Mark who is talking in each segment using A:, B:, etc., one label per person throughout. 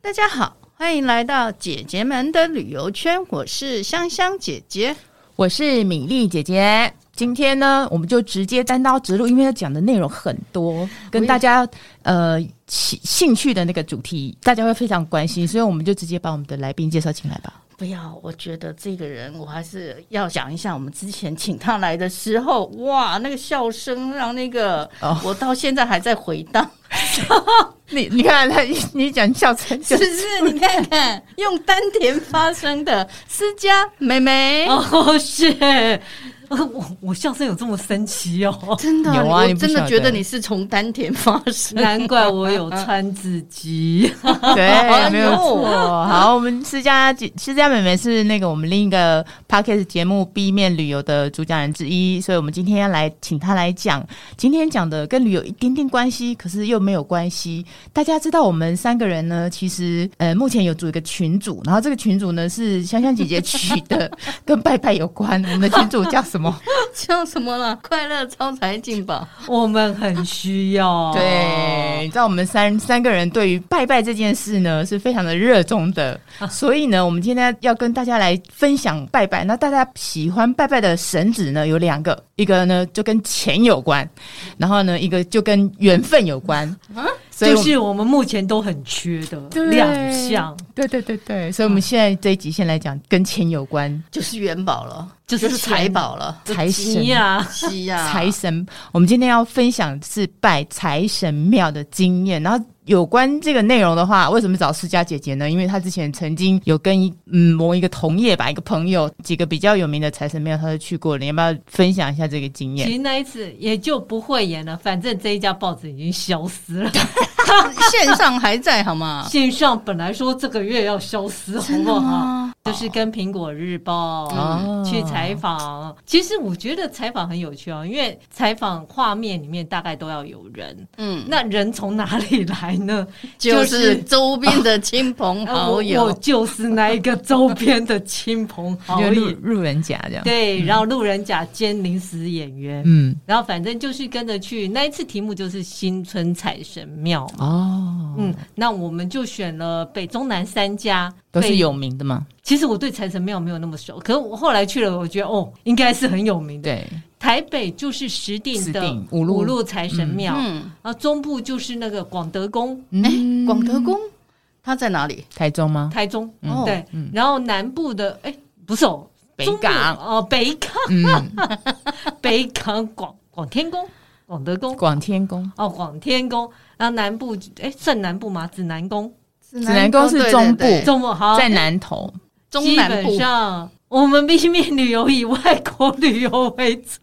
A: 大家好，欢迎来到姐姐们的旅游圈，我是香香姐姐。
B: 我是米粒姐姐。今天呢，我们就直接单刀直入，因为要讲的内容很多，跟大家呃兴兴趣的那个主题，大家会非常关心，所以我们就直接把我们的来宾介绍进来吧。
A: 不要，我觉得这个人，我还是要讲一下。我们之前请他来的时候，哇，那个笑声让那个、
B: 哦
A: 我到现在还在回荡，
B: 你你看他，你讲笑 成
A: 是不 是？你看看，用丹田发声的思佳妹妹，
C: 哦，是，哦我我笑声有这么神 奇哦，
A: 真的，
B: 有啊
A: 我
B: 你不
A: 真的
B: 晓
A: 觉得
B: 得
A: 你是从丹田发声。
C: 难怪我有穿子机。
B: 对，没有
A: 哎呦
B: 错。好，我们思佳姐、思佳妹妹是那个我们另一个 podcast 节目《B 面旅游》的主讲人之一，所以我们今天要来请她来讲。今天讲的跟旅游一点点关系，可是又没有关系。大家知道我们三个人呢，其实呃目前有组一个群组，然后这个群组呢是香香姐姐取的，跟拜拜有关。我们的群组叫什么？
A: 叫什么了？快乐招财进宝。
C: 我们很需要。
B: 对，你知道我们三三个人对于拜拜这件事呢是非常的热衷的，所以呢，我们今天要跟大家来分享拜拜。那大家喜欢拜拜的神旨呢有两个，一个呢就跟钱有关，然后呢一个就跟缘分有关。所以
C: 就
B: 我们
C: 是我们目前都很缺的
B: 对
C: 两项，
B: 对对对对，所以我们现在这一集先来讲跟钱有关，
A: 就是元宝了，
C: 就是
A: 就是
C: 钱
A: 财宝了，啊
B: 财神。
C: 呀，
A: 鸡呀、
B: 财神，我们今天要分享是拜财神庙的经验。然后有关这个内容的话，为什么找思佳姐姐呢？因为她之前曾经有跟一嗯某一个同业吧，一个朋友几个比较有名的财神庙，她都去过了。你要不要分享一下这个经
C: 其
B: 验？
C: 实那一次也就不会演了，反正这一家报纸已经消失 了。
A: 线上还在好吗？
C: 线上本来说这个月要消失，好不好？
A: 吗？
C: 就是跟苹果日报、
B: 哦
C: 去采访。其实我觉得采访很有趣哦，因为采访画面里面大概都要有人，
A: 嗯，
C: 那人从哪里来呢？
A: 就是周边的亲朋
C: 呃
A: 好
C: 我我
A: 友，
C: 就是那一个周边的亲朋好
B: 就路
C: 友，
B: 路人甲这样。
C: 对，然后路人甲兼临时演员，
B: 嗯，
C: 然后反正就是跟着去。那一次题目就是新春财神庙嘛，
B: 哦，
C: 嗯，那我们就选了北中南三家，
B: 都是
C: 北
B: 有名的嘛。
C: 其实我对财神庙没有那么熟，可是我后来去了，我觉得哦，应该是很有名的。
B: 对，
C: 台北就是石碇
B: 石
C: 的
B: 碇五路
C: 财神庙，
A: 嗯，
C: 然后中部就是那个广德宫、
A: 哎、
B: 嗯
A: 广德宫它在哪里？
B: 台中吗？
C: 台中，
A: 哦
C: 对，然后南部的哎不是哦，
B: 北
C: 中部
B: 港
C: 哦，北 港
B: 嗯，
C: 北港广广天宫、广德宫
B: 广天宫。
C: 哦，广天宫，然后南部哎算南部吗？指南宫，
A: 指
B: 南宫是中部
A: 对对对
C: 中部好，
B: 在南投，
A: 中
C: 基
A: 南
C: 本
A: 部。
C: 上我们 B 面旅游以外国旅游为 主，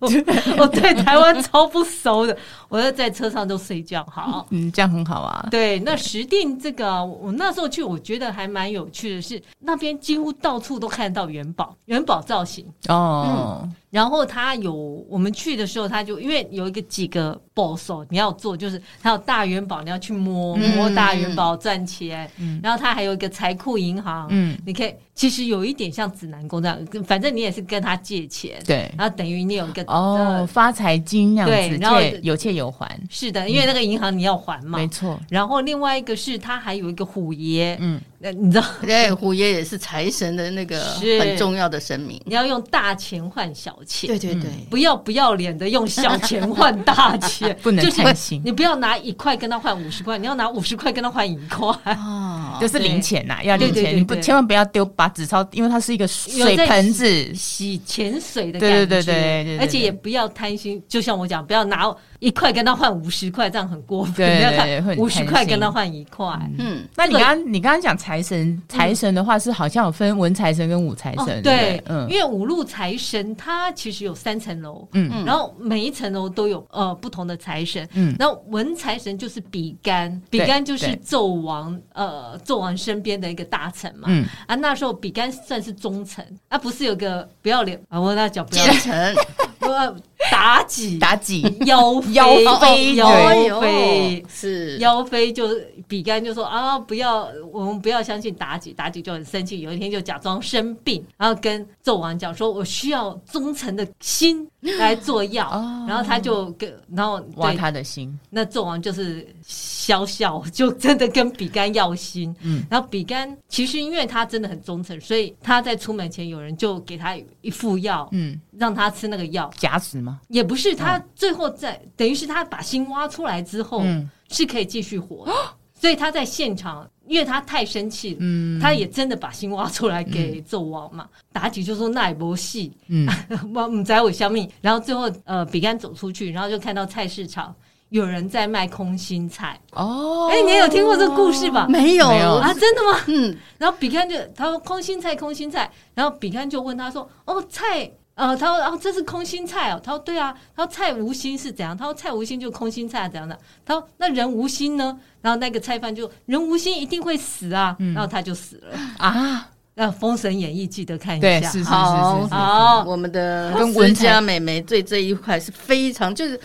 C: 我对台湾超不熟的，我要在车上都睡觉。好，
B: 嗯，这样很好啊。
C: 对，那石定这个，我那时候去，我觉得还蛮有趣的是，那边几乎到处都看得到元宝，元宝造型。
B: 哦，
C: 然后它有，我们去的时候，它就因为有一个几个 boss 哦你要做，就是它有大元宝，你要去摸
B: 嗯
C: 摸大元宝赚钱。
B: 嗯
C: 然后它还有一个财库银行，
B: 嗯，
C: 你可以其实有一点像指南宫这样，反正你也是跟他借钱，
B: 对。
C: 然后等于你有一个
B: 哦，
C: 呃
B: 发财金那样子，
C: 对然后
B: 借有借有还，
C: 是的，因为那个银行你要还嘛
B: 没。错，
C: 然后另外一个是他还有一个虎爷，
B: 嗯，，
C: 那你知道
A: 对，虎爷也是财神的那个
C: 是
A: 很重要的神明。
C: 你要用大钱换小钱，
A: 对对对，
C: 不要不要脸的用小钱换大钱
B: 不能
C: 就是
B: 贪心，
C: 你不要拿一块跟他换五十块，你要拿五十块跟他换一块。
A: 啊
B: 就，是零钱呐，要零
C: 哦对对
B: 钱，
C: 对
B: 你不
C: 对
B: 千万不要丢把纸钞，因为它是一个水盆子，
C: 洗潜水的感
B: 对
C: 觉，
B: 对对对对对
C: 而且也不要贪心，就像我讲，不要拿一块跟他换五十块，这样很过分。
B: 对对对会很
C: 五十
B: 贪
C: 块
B: 心
C: 跟他换一块。
A: 嗯，
B: 那你
C: 这
B: 刚
C: 个
B: 刚你刚刚讲财神，财神的话是好像有分文财神跟武财
C: 哦
B: 神，，
C: 对
B: 对，，嗯
C: 因为五路财神它其实有三层楼，
B: 嗯
C: 然后每一层楼都有呃不同的财神，
B: 嗯，
C: 然后文财神就是比干，比
B: 对
C: 干就是
B: 对
C: 纣王呃纣王身边的一个大臣嘛，
B: 嗯，
C: 啊那时候 比干算是忠臣，啊不是有个不要脸啊我那讲不要
A: 奸臣
C: 不要妲己、
B: 妲己
C: 妖
B: 妖妃
C: 妃、
B: 对
C: 妖妃。
A: 哎是
C: 妖妃就比干就说啊，不要，我们不要相信妲己，妲己就很生气。有一天就假装生病，然后跟纣王讲说，我需要忠诚的心来做药。
B: 哦
C: 然后他就跟，然后
B: 挖
C: 对，
B: 他的心，
C: 那纣王就是小小就真的跟比干要心，
B: 嗯，
C: 然后比干其实因为他真的很忠诚，所以他在出门前有人就给他一副药，
B: 嗯，
C: 让他吃那个药，
B: 假死吗？
C: 也不是他最后在、等于是他把心挖出来之后、
B: 嗯
C: 是可以继续活的，所以他在现场，因为他太生气了。
B: 嗯，
C: 他也真的把心挖出来给纣王嘛，妲己就说那也不戏，
B: 嗯，
C: 我唔在我消命。然后最后呃，比干走出去，然后就看到菜市场有人在卖空心菜。
B: 哦，
C: 哎、你也有听过这个故事吧？
A: 没有
B: 没有
C: 啊，真的吗？
A: 嗯，
C: 然后比干就他说空心菜，空心菜。然后比干就问他说：“哦，菜，呃，他说哦，这是空心菜哦。”他说：“对啊。”他说：“菜无心是怎样？”他说：“菜无心就空心菜怎样的？”他说：“那人无心呢？”然后那个菜贩就：“人无心一定会死啊！”
B: 嗯
C: 然后他就死了。
B: 啊？
C: 那《封神演义》记得看一
B: 对，
C: 下
B: 是是。是
A: 好
B: 是是，
C: 好，
A: 我们的
B: 跟
A: 思
B: 文采
A: 佳美眉对这一块是非常就是。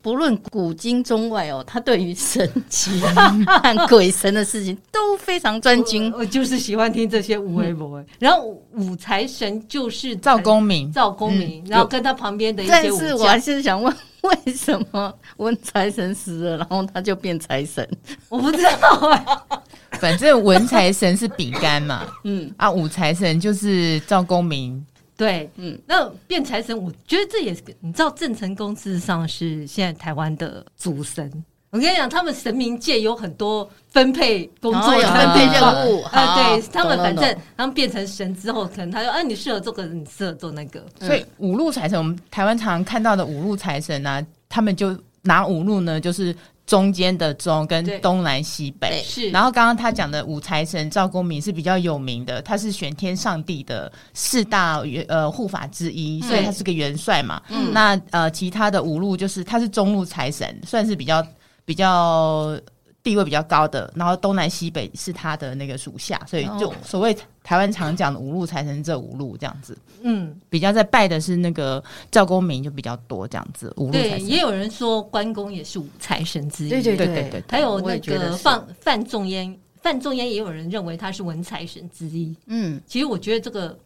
A: 不论古今中外哦，她对于神奇和鬼神的事情都非常专 精。
C: 我我就是喜欢听这些无为不为。然后五财神就是
B: 嗯赵公明，
C: 赵公明，
B: 嗯
C: 然后跟他旁边的一
A: 但
C: 些武
A: 是我
C: 将
A: 还是想问，为什么文财神死了，然后他就变财神？
C: 我不知道哎、
B: 反正文财神是比干嘛，
A: 嗯
B: 啊，武财神就是赵公明，
C: 对，
A: 嗯，
C: 那变财神，我觉得这也是你知道，郑成功事实上是现在台湾的主神。我跟你讲，他们神明界有很多分配工
A: 然
C: 作
A: 后哦有
C: 的
A: 分
C: 分
A: 配
C: 配
B: 任
A: 任务，
C: 啊，对
A: 好
C: 他们
A: 懂
C: 反
A: 懂
C: 正
A: 懂
C: 他们变成神之后，可能他就啊，你适合做个，你适合做那个，
A: 嗯
B: 所以五路财神，我们台湾常常看到的五路财神啊，他们就拿五路呢，就是中间的中跟
C: 对
B: 东南西北
A: 对。
C: 是，
B: 然
C: 后
B: 后刚刚他讲的五财神赵公明是比较有名的，他是选天上帝的四大元呃护法之一，所以他是个元帅嘛。
A: 嗯
B: 那呃其他的五路就是他是中路财神，算是比较比较地位比较高的。然后东南西北是他的那个属下，所以就
A: 哦
B: 所谓台湾常讲的五路财神这五路这样子。
C: 嗯，
B: 比较在拜的是那个赵公明就比较多这样子，五路
C: 对，
B: 财神
C: 也有人说关公也是五财神之一，
A: 嗯对对
B: 对对
A: 对
B: 对
C: 还有
A: 我
C: 那
A: 也觉得
C: 个
A: 是
C: 范范仲淹，范仲淹也有人认为他是文财神之一。
A: 嗯，
C: 其实我觉得这个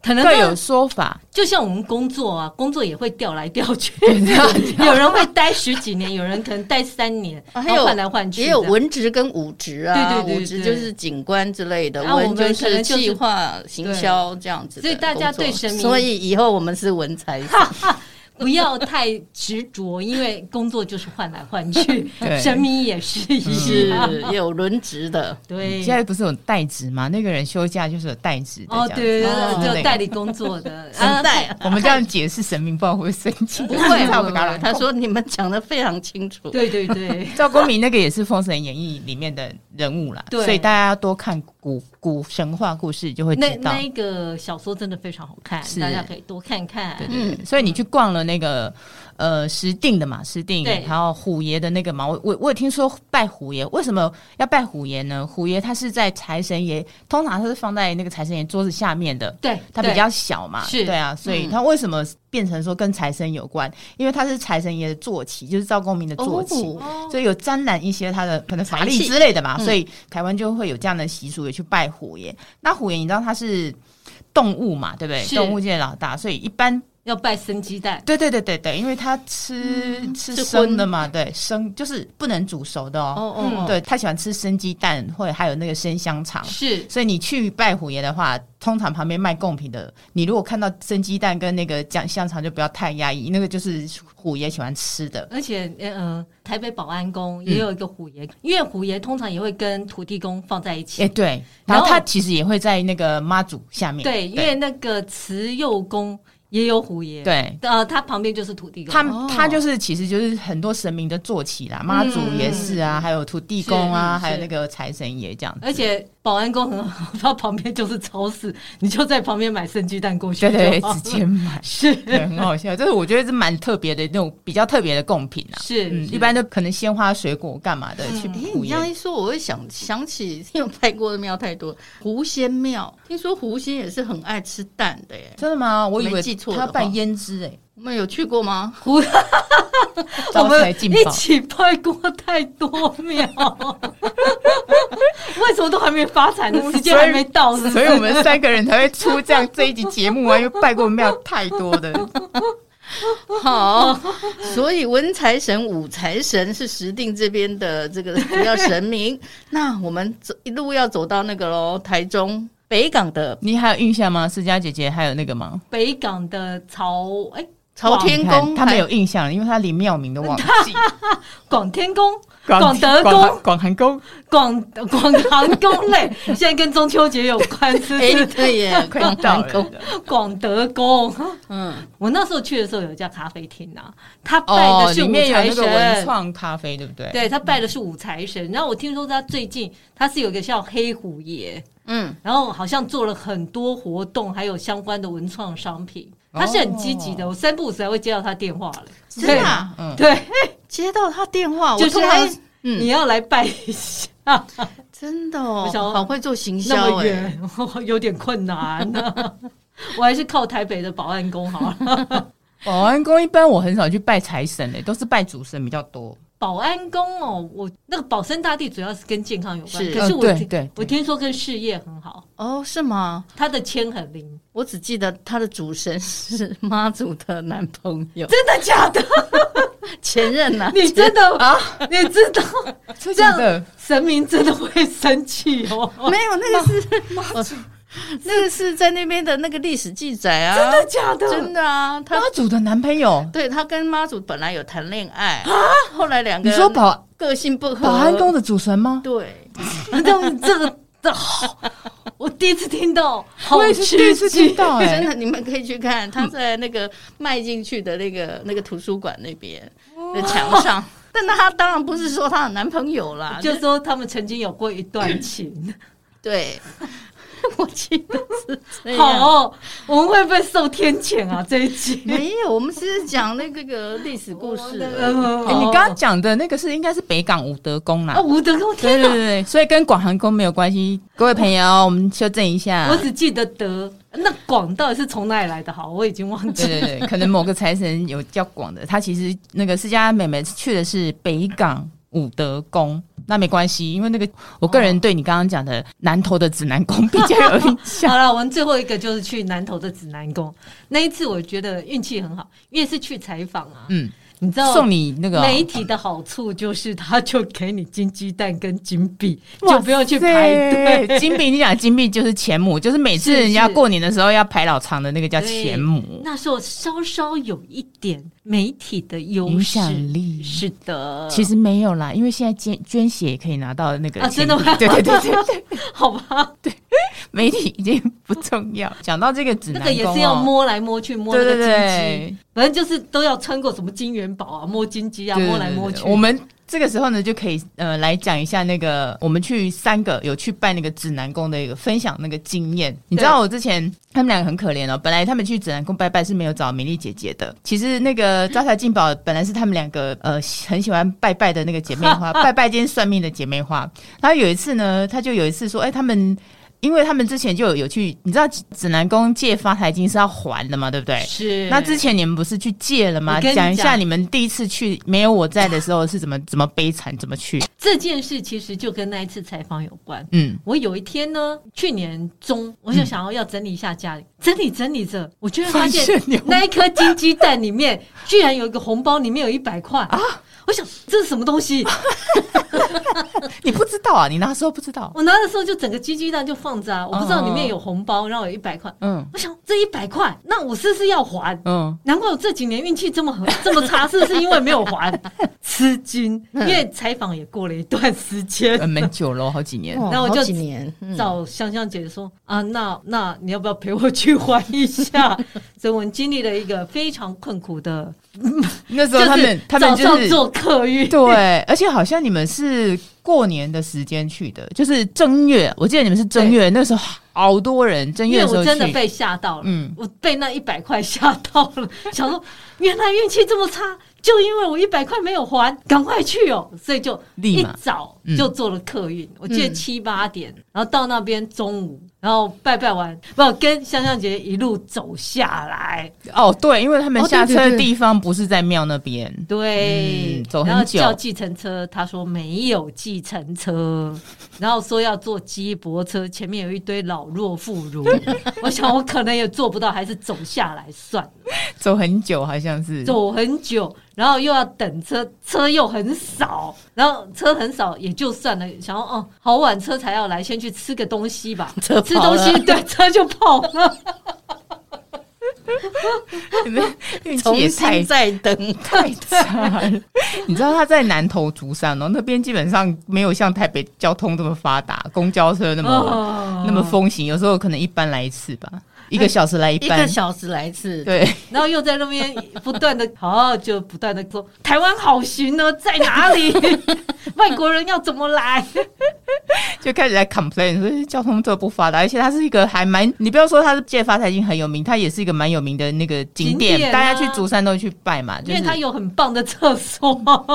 C: 可能
B: 各
C: 都
B: 有说法，
C: 就像我们工作啊，工作也会调来调去，有人会待十几年，有人可能待三年，
A: 啊
C: 然
A: 还有
C: 后换来换去的。
A: 也有文职跟武职啊，
C: 对对对
A: 武职
C: 对
A: 就是警官之类的，
C: 啊我
A: 文
C: 们可能
A: 是
C: 就是
A: 企划、行销这样子的工作。
C: 所以大家对神明
A: 所以以后我们是文财神，
C: 不要太执着，因为工作就是换来换去
B: 对，嗯
C: 神明也是一
A: 是
C: 样。
A: 有轮值的。
C: 对
B: 现，在不是有代职吗？那个人休假就是有代职的
C: 哦，
B: 这样子
C: 对对
A: 哦
C: 对，
B: 对
C: 就代理工作 的，啊
A: 神代
B: 我们这样解释神明，不知道会不会生气。
A: 啊 不会，
B: 赵
A: 不
B: 公
A: 会他说你们讲的非常清楚。
C: 对对对，
B: 赵公明那个也是《封神演义》里面的人物啦，
C: 对
B: 所以大家要多看古古神话故事就会
C: 那
B: 知道
C: 那。一个小说真的非常好看，
B: 是
C: 大家可以多看看。
B: 对对
A: 嗯
B: 对，所以你去逛了那个呃石定的嘛，石定
C: 对，
B: 然后虎爷的那个嘛，我我我有听说拜虎爷，为什么要拜虎爷呢？虎爷他是在财神爷，通常他是放在那个财神爷桌子下面的。
C: 对，
B: 它比
C: 对
B: 较小嘛，
C: 是
B: 对啊，所以
A: 嗯
B: 它为什么变成说跟财神有关？因为它是财神爷的坐骑，就是赵公明的坐骑，
A: 哦
C: 哦
B: 所以有沾染一些他的可能法
A: 财
B: 力
A: 气
B: 之类的嘛，
A: 嗯
B: 所以台湾就会有这样的习俗，也去拜虎爷。那虎爷你知道他是动物嘛，对不对？
C: 是
B: 动物界的老大，所以一般
C: 要拜生鸡蛋，
B: 对对对对对，因为他吃、
C: 嗯
B: 吃
A: 吃
B: 生
A: 荤
B: 的嘛，对，生就是不能煮熟的哦。
C: 嗯
A: 哦
B: 对他喜欢吃生鸡蛋，或者还有那个生香肠。
C: 是
B: 所以你去拜虎爷的话，通常旁边卖贡品的，你如果看到生鸡蛋跟那个酱香肠，就不要太压抑，那个就是虎爷喜欢吃的。
C: 而且，呃呃，台北保安宫也有一个虎爷，因为虎爷通常也会跟土地公放在一
B: 哎、
C: 起。
B: 对，
C: 然
B: 然后
C: 后
B: 他其实也会在那个妈祖下面。
C: 对，因为那个慈幼宫也有虎爷，，
B: 对，
C: 呃，他旁边就是土地公。
B: 他
A: 哦
B: 他就是其实就是很多神明的坐骑啦，妈祖也是啊，还有土地公啊，
C: 嗯是
B: 还有那个财神爷这样子。
C: 而且保安宫很好，它旁边就是超市，你就在旁边买生鸡蛋过去
B: 对
C: 就好
B: 对
C: 了。
B: 对，直接买
C: 是
B: 对，很好笑。这是我觉得是蛮特别的那种比较特别的贡品啊。
C: 是，
B: 嗯，
C: 是
B: 一般都可能鲜花、水果干嘛的去
C: 嗯
A: 哎，
B: 虎
A: 你
B: 爷
A: 这样一说，我会想想起，因为我拜过的庙太多，狐仙庙，听说狐仙也是很爱吃蛋的耶。
B: 真的吗？我以
A: 没
B: 为
A: 记错
B: 他
A: 的
B: 拜
A: 话
B: 胭脂哎、
A: 我们有去过吗？
C: 我
B: 招财
C: 们
B: 进
C: 一
B: 宝。
C: 起拜过太多庙， 为什么都还没发财呢？时间还没到，是不
B: 嗯所以
C: 是？
B: 我们三个人才会出这样这一集节目啊，因为拜过庙太多的。
A: 好，所以文财神、武财神是石定这边的这个主要神 明。那我们走一路要走到那个喽，台中北港 的
B: 你还有印象吗？思佳姐姐还有那个吗？
C: 北港的曹哎，
A: 朝天宫，
B: 他们
A: 还
B: 有印象，因为他连庙名都忘记。
C: 广天宫、广德
B: 广
C: 宫、
B: 广寒宫，
C: 广广唐宫嘞，现在跟中秋节有关，是不
A: 哎、
C: 是？
A: 对耶，
B: 快到
A: 广寒宫，
B: 了。
C: 广德宫，
A: 嗯，
C: 我那时候去的时候有一家咖啡厅啊，他拜
B: 哦
C: 的，是
B: 里
C: 五
B: 面有
C: 财
B: 那个文
C: 神，
B: 创咖啡，对不对？
C: 对他拜的是五财神。然后我听说他最近他是有个叫黑虎爷，
A: 嗯，
C: 然后好像做了很多活动，还有相关的文创商品。他是很积极的，我三不五时还会接到他电话了。
A: 真的啊、
B: 嗯，
C: 对，
A: 接到他电话，我
C: 就是
A: 突
C: 要
A: 然嗯
C: 你要来拜一下，
A: 真的
C: 我
A: 哦
C: 想，要
A: 好会做行
C: 那
A: 销
C: 么
A: 哎、
C: 远，我 有点困难、啊 我还是靠台北的保安宫好了。
B: 保安宫一般我很少去拜财神欸诶，都是拜主神比较多。
C: 保安宫哦，我那个保生大帝主要是跟健康有关，
A: 是
C: 可是我
B: 呃对
C: 听、
B: 对
C: 我听说跟事业很好，
A: 哦，是吗？
C: 他的签很灵，
A: 我只记得他的主神是妈祖的男朋友，
C: 真的假的？
A: 前任呐、啊，
C: 你真的啊？你知道
B: 这
C: 这样
B: 的
C: 神明真的会生气哦？
A: 没有那个是我 那个是在那边的那个历史记载啊，真
C: 真的假的？
A: 真的啊，他
B: 妈祖的男朋友，
A: 对他跟妈祖本来有谈恋爱，后来两个
B: 你
A: 人
B: 说保
A: 个性不合，
B: 保安宫的主神吗？
A: 对，
C: 这这个 这好，我第一次听到，好
B: 我也是第一次
C: 刺激
B: 听到欸
A: 真
B: 诶。
A: 的你们可以去看，他在那个迈进去的那个那个图书馆那边的墙 上。但他当然不是说她的男朋友啦，
C: 就说他们曾经有过一段情，
A: 对，我记得是这样。
C: 好、哦，我们会不会受天谴啊？这一集，
A: 没有，我们只是讲那个个历史故事而已。
C: 嗯
B: 欸诶你刚刚讲的那个是应该是北港武德宫啦
C: 啊，，吴德公，
B: 对
C: 天
B: 对
C: 哪
B: 对，！对所以跟广寒宫没有关系。各位朋友，我们修正一下
C: 我。只记得德，那广到底是从哪里来的？好，我已经忘记
B: 对
C: 了。
B: 对 对，可能某个财神有较广的，他其实那个释迦妹妹去的是北港武德宫，那没关系，因为那个我个人对你刚刚讲的南投的指南宫比较有印象。
C: 好了，我们最后一个就是去南投的指南宫。那一次我觉得运气很好，因为是去采访啊，
B: 嗯，
C: 你知道
B: 送你那个哦、
C: 媒体的好处就是它就给你金鸡蛋跟金币，
B: 哇
C: 就不用去排队。
B: 对金币，你讲金币就是钱母，就是每次
C: 是
B: 人家
C: 是
B: 过年的时候要排老长的那个叫钱母。
C: 那时候稍稍有一点媒体的优
B: 影
C: 势
B: 响力
C: 是的，
B: 其实没有啦，因为现在捐捐血也可以拿到那个
C: 啊，
B: 钱
C: 真
B: 币
C: 的吗？
B: 对对对对，
C: 对， 好吧，
B: 媒体已经不重要。讲到这个指
C: 那
B: 南
C: 个
B: 宫、哦，
C: 也是要摸来摸去，摸那个
B: 对对
C: 金
B: 对
C: 鸡，反正就是都要穿过什么金元宝啊，摸金鸡啊，
B: 对对
C: 摸来摸
B: 对
C: 去。
B: 对我们这个时候呢，就可以呃来讲一下那个我们去三个有去拜那个指南宫的一个分享那个经验。你知道我之前他们两个很可怜哦，本来他们去指南宫拜拜是没有找美丽姐姐的。其实那个招财进宝本来是他们两个呃很喜欢拜拜的那个姐妹花，拜拜兼算命的姐妹花。然后有一次呢，他就有一次说，哎、他们。因为他们之前就有有去，你知道指南宫借发财金是要还的嘛，对不对？
C: 是
B: 那之前你们不是去借了吗？
C: 我跟你
B: 讲一下
C: 讲
B: 你们第一次去没有我在的时候是怎么怎么悲惨，怎么去？
C: 这件事其实就跟那一次采访有关。
B: 嗯，
C: 我有一天呢，去年中我就想要要整理一下家里，整理整理着，我居然发现
B: 发现有
C: 那一颗金鸡蛋里面居然有一个红包，里面有一百块啊！我想这是什么东西？
B: 你不知道啊，你那时候不知道。
C: 我拿的时候就整个鸡鸡蛋就放着啊，我不知道里面
B: 哦
C: 有红包，然后有一百块。
B: 嗯
C: 我想这一百块，那我是不是要还？
B: 嗯，
C: 难怪我这几年运气这么 这么差，是不是因为没有还？ 吃惊，因
B: 嗯
C: 为采访也过了一段时间
B: 呃，蛮久了哦，好几年。
A: 哇
C: 那我就
A: 好几年，嗯
C: 找香香姐说啊，那那你要不要陪我去还一下？ 所以我们经历了一个非常困 苦的，
B: 那时
C: 就
B: 候他们
C: 是
B: 他们
C: 早
B: 就
C: 上
B: 是
C: 做客运，
B: 对，而且好像你们是过年的时间去的，就是正月，我记得你们是正月，那时候好多人，正
C: 因
B: 月
C: 为
B: 的时候
C: 我
B: 去。
C: 真的被吓到了，
B: 嗯
C: 我被那一百块吓到了，想说原来运气这么差，就因为我一百块没有还，赶快去哦，所以就
B: 立
C: 一
B: 马嗯
C: 早就坐了客运，我记得七八点，然后到那边中午，然后拜拜完，不跟香香姐一路走下来，
B: 哦，对，因为他们
A: 哦对
B: 下车
A: 对
B: 的
A: 对
B: 地方不是在庙那边，
C: 对，
B: 嗯走很
C: 然后
B: 久
C: 叫计程车，他说没有计程车，然后说要坐鸡脖车，前面有一堆老弱妇孺， 我想我可能也做不到，还是走下来算了，
B: 走很久，好像是。
C: 走很久，然后又要等车，车又很少，然后车很少也就算了，想要哦，好晚车才要来，先去吃个东 西吧，
A: 车
C: 吃
A: 跑
C: 东
A: 了
C: 西对车就跑了。
B: 你们运气
A: 重
B: 也太
A: 新再等，
B: 太差了。 你知道他在南投竹山哦，那边基本上没有像台北交通这么发达，公交车那么、
C: 哦
B: 那么风行，有时候可能一班来一次吧，一个小时来一
A: 一
B: 班。
A: 个小时来一次，
B: 对，
C: 然后又在那边不断的， 好就不断的说台湾好行呢，在哪 里？外国人要怎么来？
B: 就开始在 complain 说交通这不发达，而且它是一个还蛮……你不要说它是借发财经很有名，它也是一个蛮有名的那个景点，
C: 景点啊
B: 大家去竹山都会去拜嘛，就
C: 因
B: 是
C: 为他有很棒的厕所。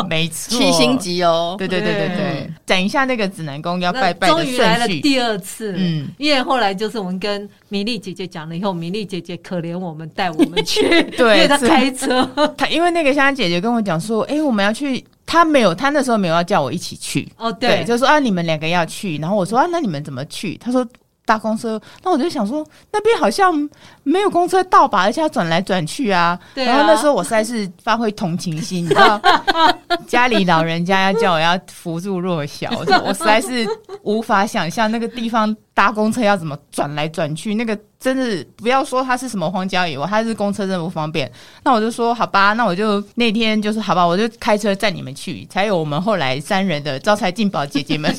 B: 没错
A: 七星。级哦，
B: 对对对对对，讲一下那个指南宫要拜
C: 那
B: 拜
C: 终
B: 的
C: 于来了
B: 顺序。
C: 第二次，
B: 嗯
C: 因为后来就是我们跟米粒姐姐讲了以后，米粒姐姐可怜我们带我们去，
B: 对
C: 因为她
B: 是
C: 开车，
B: 她因为那个香香姐姐跟我讲说，哎、我们要去，她没有，她那时候没有要叫我一起去，
C: 哦
B: 对，
C: 对，
B: 就说啊，你们两个要去，然后我说啊，那你们怎么去？他说搭公车，那我就想说那边好像没有公车到吧，而且要转来转去啊。
C: 对啊
B: 然后那时候我实在是发挥同情心，你知道，家里老人家要叫我要扶助弱小，我我实在是无法想象那个地方搭公车要怎么转来转去，那个真的不要说它是什么荒郊野外，它是公车真的不方便。那我就说好吧，那我就那天就是好吧，我就开车载你们去，才有我们后来三人的招财进宝姐姐 们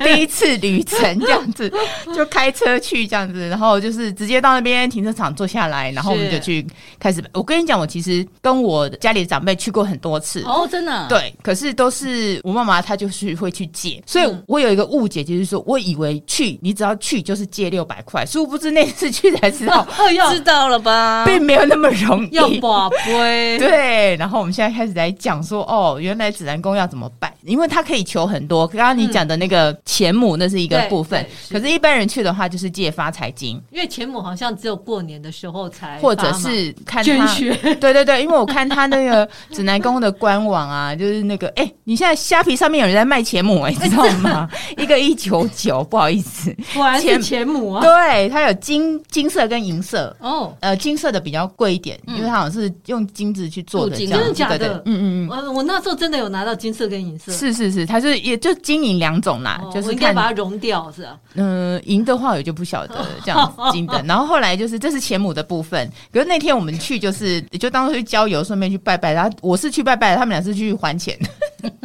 B: 第一次旅程这样子，就开车去这样子，然后就是直接到那边停车场坐下来，然后我们
C: 是
B: 就去开始。我跟你讲，我其实跟我家里的长辈去过很多次。
A: 哦，真的啊，
B: 对，可是都是我妈妈，她就是会去借，所以
C: 嗯
B: 我有一个误解，就是说我以为去你只要去就是借六百块，殊不知那次去才知 道，
C: 哦要
A: 知道了吧？
B: 并没有那么容易。
C: 要把 杯，
B: 对，然后我们现在开始来讲说，哦，原来指南宫要怎么拜，因为它可以求很多。刚刚你讲的那个钱母，那是一个
C: 对
B: 部分
C: 对，是
B: 可是一般人去的话，就是借发财金，
C: 因为钱母好像只有过年的时候才
B: 或者
C: 发嘛
B: 是看
C: 捐
B: 他。
C: 血，
B: 对对对，因为我看他那个指南宫的官网啊， 就是那个，哎、你现在虾皮上面有人在卖钱母、 哎，你知道吗？一个一九九，不好意思，
C: 果然是
B: 钱
C: 钱母啊，
B: 对，它有金金色跟银色。
C: 哦，
B: 呃，金色的比较贵一点，因为它好像是用金子去做的
A: 镀
B: 这
A: 金
B: 样子，
C: 嗯真的假的
B: 对对对嗯嗯嗯，
C: 我我那时候真的有拿到金色跟银色，
B: 是是是，它是也就金银两种啦，
C: 嗯哦
B: 就
C: 我
B: 是
C: 应该
B: 看
C: 把它融掉，是吧？
B: 嗯银、的话我就不晓 得这样子金的，然后后来就是这是钱母的部分，可是那天我们去就是就当做去郊游，顺便去拜拜，然后我是去拜拜，他们俩是去还 钱，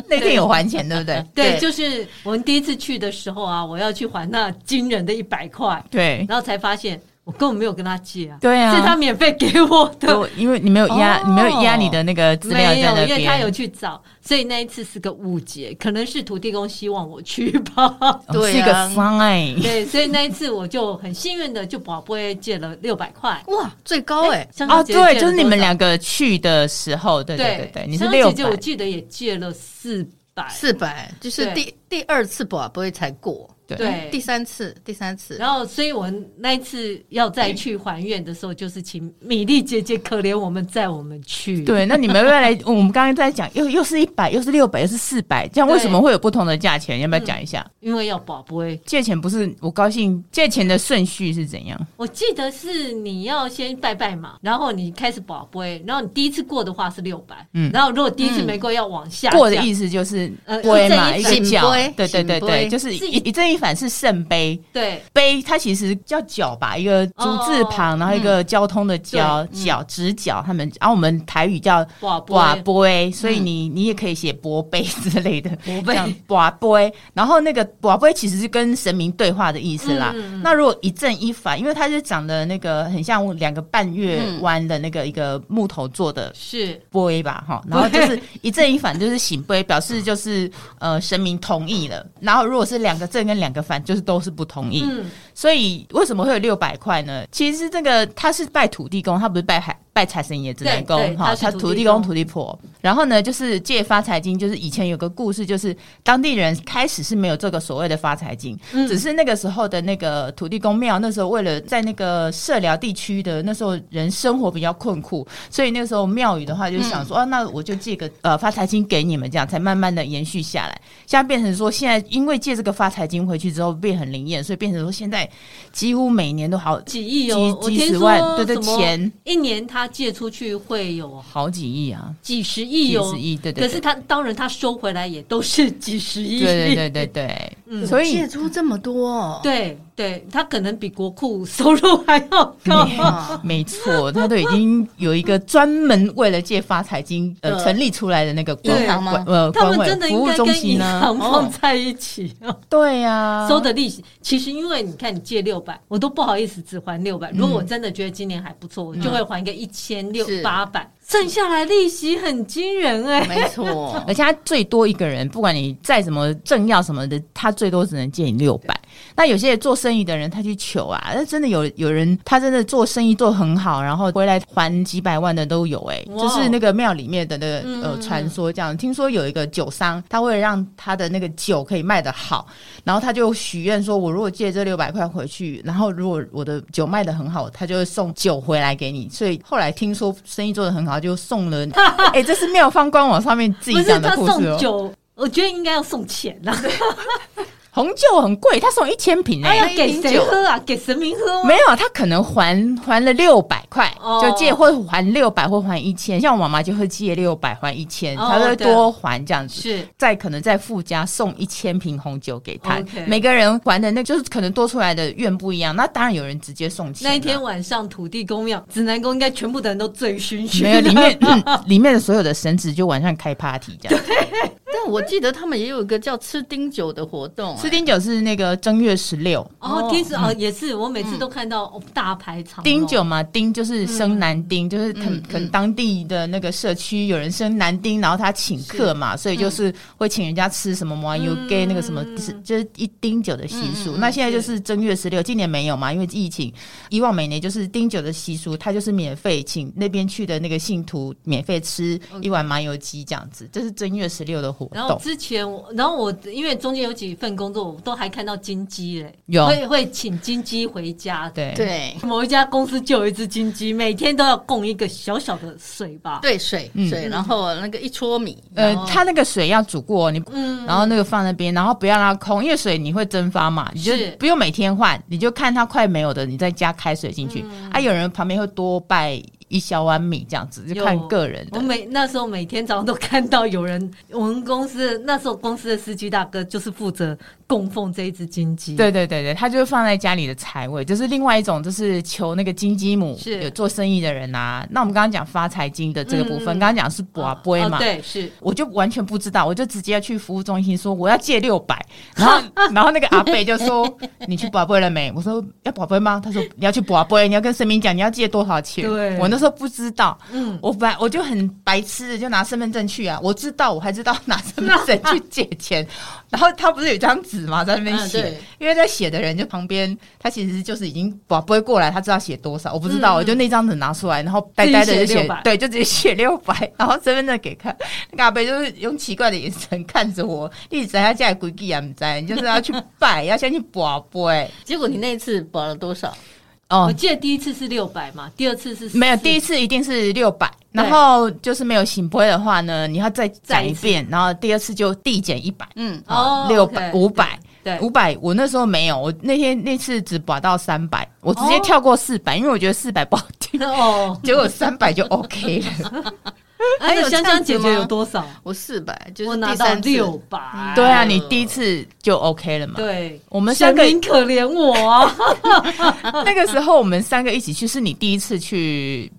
B: 那天有还钱对不对？
C: 对，
A: 对
C: 就是我们第一次去的时候啊，我要去还那惊人的一百块，
B: 对
C: 然后才发现我根本没有跟他借啊，
B: 对
C: 是他
B: 啊，
C: 免费给我的，
B: 我因为你没有压，
A: 哦
B: 你没有压你的那个资料
C: 没
B: 在
C: 有，
B: 那
C: 哦因为他有
B: 边。
C: 去找，所以那一次是个误解，可能是土地公希望我去吧。
B: 哦
A: 对啊
B: 是一个哎 sign，
C: 对，啊所以那一次我就很幸运的就宝贝借了六百块。
A: 哇，最高哎、
C: 香
B: 哦，
C: 港姐姐借了多
B: 对，
C: 少
B: 就是你们两个去的时候，对对
C: 对
B: 对对，你是
C: 香港
B: 六
C: 姐
B: 百
C: 姐，我记得也借了四百，
A: 四百，就是
C: 对
A: 第第二次保不会才过，
B: 对，
C: 对，
A: 第三次，第三次，
C: 然后，所以我那一次要再去还愿的时候，就是请米粒姐姐可怜我们载我们去。，
B: 对，那你们未来，我们刚刚在讲，又又是一百，又是六百，又是四百，这样为什么会有不同的价钱？要不要讲一下？
C: 因为要保杯，
B: 借钱不是我高兴，借钱的顺序是怎样？
C: 我记得是你要先拜拜嘛，然后你开始保杯，然后你第一次过的话是六百，
B: 嗯
C: 然后如果第一次没过要往下
B: 过的
C: 降
B: 意思就是
C: 呃
B: 杯嘛，
C: 一
B: 一
C: 正
A: 一
B: 个角
A: 反，
B: 对对
A: 醒
B: 对对，
A: 杯
B: 就是
C: 是
B: 一一正一反是圣杯。
C: 对
B: 杯它其实叫角吧，一个竹字旁，
C: 哦
B: 然后一
C: 嗯
B: 个交通的交，角直角，他们，然后我们台语叫
C: 保
B: 寡
C: 杯，
B: 杯，所以你你也可以写薄杯之类的，
C: 薄杯
B: 这样寡杯。然后那个寡杯其实是跟神明对话的意思啦。
C: 嗯嗯嗯
B: 那如果一正一反，因为它是长得那个很像两个半月
C: 嗯
B: 弯的那个一个木头做的
C: 是
B: 杯吧，哈，然后就是一正一反就是醒杯，表示就是呃神明同意了。然后如果是两个正跟两个反，就是都是不同意。
C: 嗯，
B: 所以为什么会有六百块呢？其实这个他是拜土地公，他不是拜海拜财神爷、指南
C: 对对
B: 公哈，
C: 他
B: 他
C: 是土
B: 土
C: 地
B: 地
C: 公
B: 公、土地婆。然后呢，就是借发财金，就是以前有个故事，就是当地人开始是没有这个所谓的发财金，
C: 嗯
B: 只是那个时候的那个土地公庙，那时候为了在那个社寮地区的那时候人生活比较困苦，所以那时候庙宇的话就想
C: 嗯
B: 说，啊，那我就借个呃发财金给你们，这样才慢慢的延续下来。现在变成说，现在因为借这个发财金回去之后变很灵验，所以变成说现在几乎每年都好
C: 几亿
B: 几
C: 哦，我
B: 几
C: 听
B: 十
C: 说
B: 万，对对
C: 什么
B: 钱
C: 一年他借出去会有
B: 好几亿啊，
C: 几十
B: 几
C: 亿哦
B: 十，亿，对对
C: 可
B: 对，
C: 是他当然他收回来也都是几十亿，
B: 对对对对对，
C: 嗯
B: 所以
A: 借出这么多、哦，
C: 对对，他可能比国库收入还要高。
A: 哇
B: 没错，他都已经有一个专门为了借发财金呃
C: 嗯
A: 呃
B: 成立出来的那个
A: 银
B: 官
A: 行吗
B: 官呃
C: 他
B: 官
C: 们
B: 委
C: 真的
B: 服
C: 应
B: 务
C: 该
B: 中
C: 跟
B: 心啊哦呢？
C: 银行放在一起啊，
B: 对呀，
C: 收的利息。其实因为你看，你借六百，我都不好意思只还六
B: 嗯
C: 百。如果我真的觉得今年还不错，我就会还个一千六
A: 是
C: 八百，剩下来利息很惊人哎、
A: 没错
B: 而，且他最多一个人，不管你再怎么政要什么的，他最多只能借你六百。那有些做生意的人，他去求啊，那真的有有人，他真的做生意做很好，然后回来还几百万的都有、哎，
C: 哇哦
B: 就是那个庙里面的那个
C: 嗯
B: 呃传说这样。听说有一个酒商，他为了让他的那个酒可以卖得好，然后他就许愿说，我如果借这六百块回去，然后如果我的酒卖得很好，他就会送酒回来给你。所以后来听说生意做得很好，就送了。 哎、这是妙方官网上面自
C: 不
B: 己
C: 是
B: 讲的
C: 他
B: 故
C: 送
B: 事哦。
C: 酒，我觉得应该要送钱啊啦。
B: 红酒很贵，他送一千瓶
C: 哎
B: 哎、
C: 呀，给
A: 那一瓶
C: 谁
A: 酒
C: 喝啊？给神明喝吗？
B: 没有，啊他可能还还了六百块，
C: 哦
B: 就借或还六百或还一千。像我妈妈就会借六百还一千，
C: 哦
B: 她会多还这样子。
C: 是
B: 再可能再附加送一千瓶红酒给他
C: OK
B: 每个人还的那就是可能多出来的愿不一样。那当然有人直接送钱啊、
C: 那一天晚上，土地公庙、指南宫应该全部的人都醉醺醺的。
B: 没有里面、嗯里面的所有的神职就晚上开 party 这样。
A: 但我记得他们也有一个叫吃丁酒的活动、
B: 吃
A: 哎
B: 丁酒是那个正月十六，
C: 哦，
A: 哦
C: 听说哦，也是，我每次都看到哦大排长龙
B: 丁酒嘛，丁就是生男丁，就是可
A: 嗯嗯
B: 可能当地的那个社区有人生男丁，然后他请客嘛，所以就是会请人家吃什么麻油给那个什么
C: 嗯，
B: 是就是一丁酒的习俗。
A: 嗯嗯嗯
B: 那现在就是正月十六，今年没有嘛，因为疫情。以往每年就是丁酒的习俗，他就是免费请那边去的那个信徒免费吃一碗麻油鸡这样子，这是正月十六的活
C: 然后
B: 动。
C: 之前我，然后我因为中间有几份工作，我都还看到金鸡嘞，
B: 有
C: 会会请金鸡回家的。
B: 对
A: 对
C: 某一家公司就有一只金鸡，每天都要供一个小小的水吧。
A: 对水
B: 嗯
A: 水，然后那个一撮米，
B: 呃
A: 然，后
B: 他那个水要煮过，你
C: 嗯，
B: 然后那个放那边，然后不要让它空，因为水你会蒸发嘛，你就是不用每天换，你就看它快没有的，你再加开水进去。
C: 嗯
B: 啊，有人旁边会多拜一小碗米这样子，就看
C: 有
B: 个人
C: 我
B: 的。
C: 每那时候每天早上都看到有人，我们公司那时候公司的司机大哥就是负责供奉这一只金鸡。
B: 对对对对，他就是放在家里的财位，就是另外一种，就是求那个金鸡母，
C: 是
B: 有做生意的人啊。那我们刚刚讲发财金的这个部分，刚
C: 嗯
B: 刚讲是卜
C: 哦，
B: 龟嘛、
C: 哦对，是
B: 我就完全不知道，我就直接去服务中心说我要借六 百，然后然后那个阿贝就说你去宝贝了没？我说要宝贝吗？他说你要去宝贝，你要跟神明讲你要借多少钱。
C: 对
B: 我那时候不知道，
C: 嗯，
B: 我本来我就很白痴的就拿身份证去啊，我知道我还知道拿身份证去借钱， 然后他不是有一张纸嘛在那边
A: 嗯
B: 写，
A: 对
B: 因为在写的人就旁边他其实就是已经宝贝过来，他知道写多少，我不知道，
C: 嗯
B: 我就那张纸拿出来，然后呆呆的就
C: 自己写
B: 写
C: 600，
B: 对，就直接写六百， 然后身份证给看，那个阿伯就是用奇怪的眼神看着我，一直在他家里规矩也不在，你就是要去拜，要先去宝贝
A: 结果你那一次保了多少？
B: 哦
C: 我，记得第一次是六百嘛，第二次是
B: 没有，
C: 400
B: 第一次一定是六百，然后就是没有醒杯的话呢，你要再讲一遍，然后第二次就递减一百，
A: 嗯，
C: 哦
B: 六百
C: OK，
B: 五百。
C: 对
B: 五百，我那时候没有，我那天那次只拔到三百，我直接跳过四百、因为我觉得四百不好 听，
C: 哦，
B: 结果三百就 OK 了。
C: 还有
A: 有
C: 香
A: 这样
C: 香
A: 子
C: 姐姐
A: 吗
C: 有多少？
A: 我四百，就是
C: 我拿
A: 第
C: 到
A: 三次
C: 六百，
B: 对啊，你第一次就 OK 了嘛。
C: 对，
B: 我们
C: 神
B: 三个
C: 明可怜我啊，
B: 那个时候我们三个一起去，是你第一次去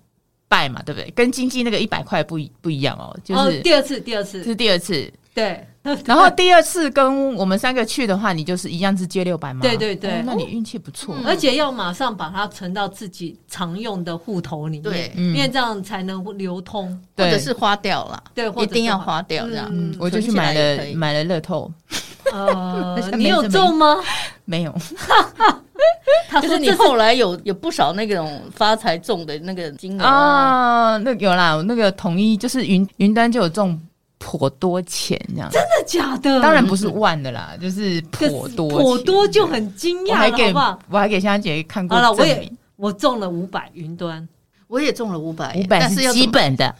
B: 拜嘛，对不对？跟经济那个一百块不一不一样哦，就
C: 哦
B: 是、，
C: 第二次，第二
B: 这
C: 次，
B: 是嗯第二次。
C: 对，
B: 然后第二次跟我们三个去的话，你就是一样是借六百吗？
C: 对对对
B: 哦那你运气不错。
A: 嗯
C: 而且要马上把它存到自己常用的户头里面
A: 对，
B: 嗯
C: 因为这样才能流通。
A: 或
B: 对
A: 者是花掉了，
C: 对或者
A: 一
C: 是
A: 定要花掉这样。
C: 嗯
B: 我就去
A: 存起来
B: 买
A: 也可
B: 了
A: 以
B: 买了乐透，
C: 呃
B: 好，像
C: 你
B: 没
C: 有
B: 这么
C: 中吗？
B: 没有，
C: 他
A: 就
C: 说
A: 是你
C: 这
A: 后来有有不少那种发财中的那个金额啊，
B: 啊，那有啦，那个统一就是云云端就有中颇多钱这样，
C: 真的假的？
B: 当然不是万的啦，就是颇多
C: 颇
B: 钱
C: 多就很惊
B: 我
C: 讶
B: 还
C: 了，好
B: 给
C: 不好？
B: 我还给香姐看过
C: 好了，我
B: 证
C: 也
B: 明，
C: 我中了五百云端，
A: 我也中了五
C: 哎
A: 百，
B: 五百
A: 但是
B: 是
A: 要
B: 基本的，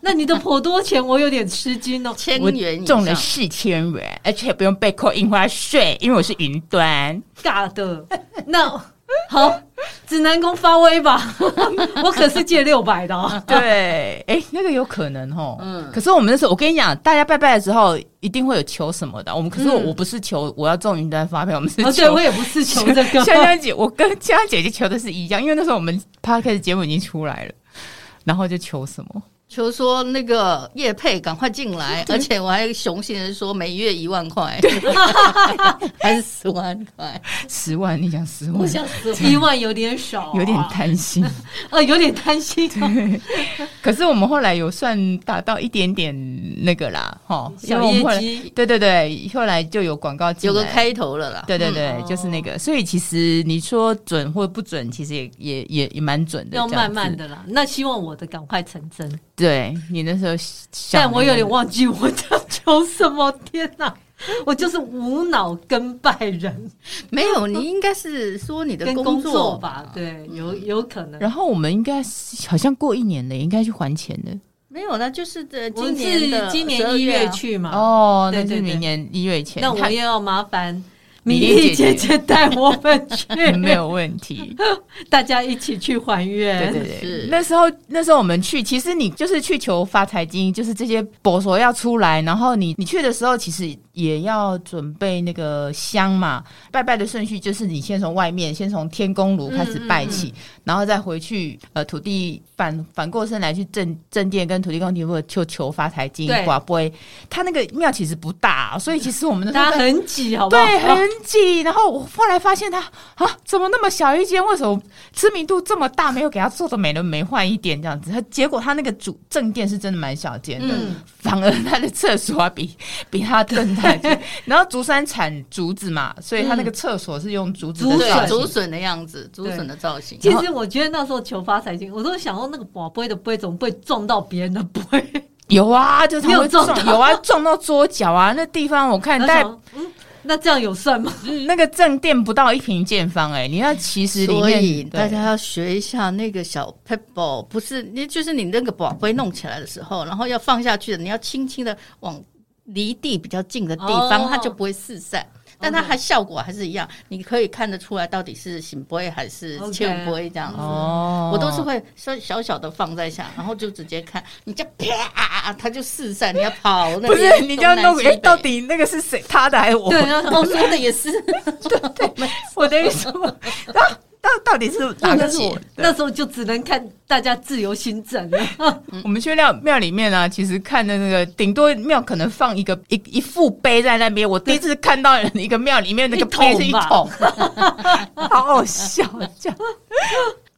C: 那你的颇多钱，我有点吃惊哦。
A: 千
B: 我
A: 元以
B: 中了
A: 上
B: 四千元，而且不用被扣印花税，因为我是云端。
C: 尬的，那好，指南宫发威吧， 我可是借六百 的、哦。
B: 对，哎、那个有可能哦。
A: 嗯
B: 可是我们那时候，我跟你讲，大家拜拜的时候一定会有求什么的。我们可是我,、
C: 嗯
B: 我不是求我要中云端发票，我们是
C: 哦，对
B: 求
C: 我也不是求 这
B: 香
C: 个，
B: 香姐，我跟香香姐姐求的是一样，因为那时候我们 p o d c a s 节目已经出来了，然后就求什么？
A: 求说那个叶佩赶快进来，而且我还雄心的说每月一万块， 还是十万块，
B: 十万？你讲十
C: 我
B: 万？
C: 想死，一万有点少、
B: 有点，贪心，
C: 呃，有点贪心、哦。
B: 可是我们后来有算达到一点点那个啦，哈，因
C: 小
B: 为我们后
C: 业
B: 来
C: 绩
B: 对对对，后来就有广告进
A: 有个
B: 来
A: 开头了啦。
B: 对对
A: 嗯
B: 对，
C: 嗯
B: 就是那个。所以其实你说准或不准，其实也也也也蛮准的，
C: 要慢慢
B: 的。
C: 的啦，那希望我的赶快成真，
B: 对你那时候想，
C: 但我有点忘记我要求什么。天哪，我就是无脑跟拜人，
A: 没有，你应该是说你的
C: 跟
A: 工
C: 工作
A: 作
C: 吧，对，有有可能。
B: 然后我们应该是好像过一年了，应该去还钱的。
A: 没有啦，就是这
C: 我
A: 今
C: 是
A: 年的12
C: 今年一月
A: 啊，
C: 去嘛，
B: 哦，
C: 对
B: 那
C: 对
B: 是
C: 对
B: 明年一月前，
C: 那我
B: 看
C: 也要麻烦
B: 米
C: 米
B: 粒姐
C: 粒
B: 姐，
C: 姐姐带我们去
B: 没有问题。
C: 大家一起去还
B: 对
C: 愿。
B: 对对
A: 是，
B: 那时候那时候我们去，其实你就是去求发财金，就是这些佛说要出来，然后你你去的时候，其实也要准备那个香嘛。拜拜的顺序就是你先从外面，先从天公炉开始拜
C: 嗯
B: 起，然后再回去呃土地反反过身来去正正殿跟土地公提婆求求发财金
C: 对
B: 寡杯。他那个庙其实不大，所以其实我们的
C: 大家很挤，好不好？
B: 对，很挤。然后我后来发现他啊，怎么那么小一间？为什么知名度这么大？没有给他做的美轮美奂一点这样子。他结果他那个主正殿是真的蛮小间的，
C: 嗯
B: 反而他的厕所啊比比他更大间。然后竹山产竹子嘛，所以他那个厕所是用竹子的
C: 竹
B: 造
A: 对，啊
B: 型
A: 竹笋的样子，竹笋的造型。
C: 其实我觉得那时候求发财金，我都想说那个宝贝的杯怎么会撞到别人的杯？
B: 有啊，就是他会
C: 你有撞到
B: 有啊，撞到桌角啊，那地方我看
C: 然后
B: 大概
C: 想，嗯，那这样有算吗？
B: 嗯那个正殿不到一平见方哎、你要其实里
A: 所
B: 面
A: 以
B: 对
A: 大家要学一下那个小 pebble，不是你就是你那个宝贝弄起来的时候，然后要放下去的，你要轻轻的往离地比较近的地方，
C: 哦
A: 它就不会四散。
B: 哦
A: 但它
C: OK
A: 还效果还是一样，你可以看得出来到底是醒杯还是
C: OK
A: 切杯这样子。
B: 哦，
A: 我都是会稍小小的放在下，然后就直接看，你就啪啊，它就四散，你要跑那边
B: 不是，你就要
A: 东南
B: 弄
A: 西
B: 哎、
A: 北
B: 到底那个是谁他的还是我
C: 对，
B: 的？
C: 然后
A: 哦，说的也是，
B: 我的意思说，到到到底是哪个是我的？
C: 那时候就只能看大家自由心证 了。
B: 我们去庙庙里面啊，其实看的那个顶多庙可能放一个一一副碑在那边。我第一次看到一个庙里面那个碑是一
C: 一
B: 桶
C: 桶，
B: 好好笑，这样。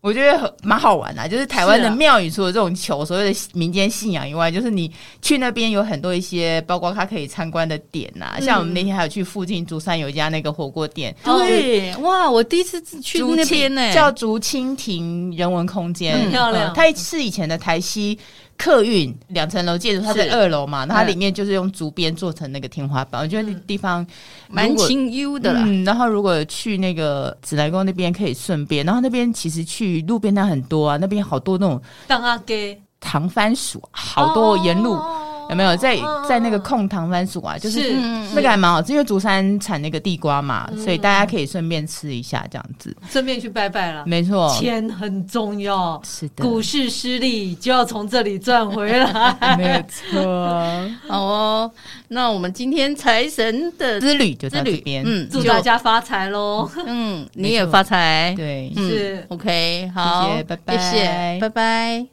B: 我觉得很蛮好玩的、就是台湾的
C: 是啊
B: 庙宇除了这种求所谓的民间信仰以外，就是你去那边有很多一些，包括它可以参观的点呐、像我们那天还有去附近竹山有一家那个火锅店，
A: 对，哇，我第一次去
B: 竹
A: 那
B: 蜻
A: 边呢，
B: 叫竹蜻蜓人文空间，
A: 嗯
C: 漂亮
B: 呃它是以前的台西客运两层楼建筑，它在
A: 是
B: 二楼嘛，那它
A: 嗯
B: 里面就是用竹编做成那个天花板，我觉得那地方
A: 蛮
B: 如果
A: 清幽的啦。
B: 嗯，然后如果去那个指南宫那边可以顺便，然后那边其实去路边摊很多啊，那边好多那种
C: 当阿给
B: 糖番薯，啊好
A: 哦
B: 多沿路。
C: 哦
B: 有没有在在那个控糖番薯啊？就是
C: 是
A: 嗯
B: 那个还蛮好吃，因为竹山产那个地瓜嘛，所以大家可以顺便吃一下这样子。
C: 顺便去拜拜了？
B: 没错，
C: 钱很重要，
B: 是的，
C: 股市失利就要从这里赚回 来。
B: 没有错。
A: 好哦，那我们今天财神的
B: 之旅就
A: 之
B: 到这
A: 旅，
B: 边，
A: 嗯，
C: 祝
A: 就
C: 大，家发财喽！
A: 嗯，
B: 没
A: 你也
B: 错
A: 发财，
B: 对，
A: 嗯
C: 是
A: ，OK，好，
B: 谢谢拜拜
A: 谢谢，拜拜。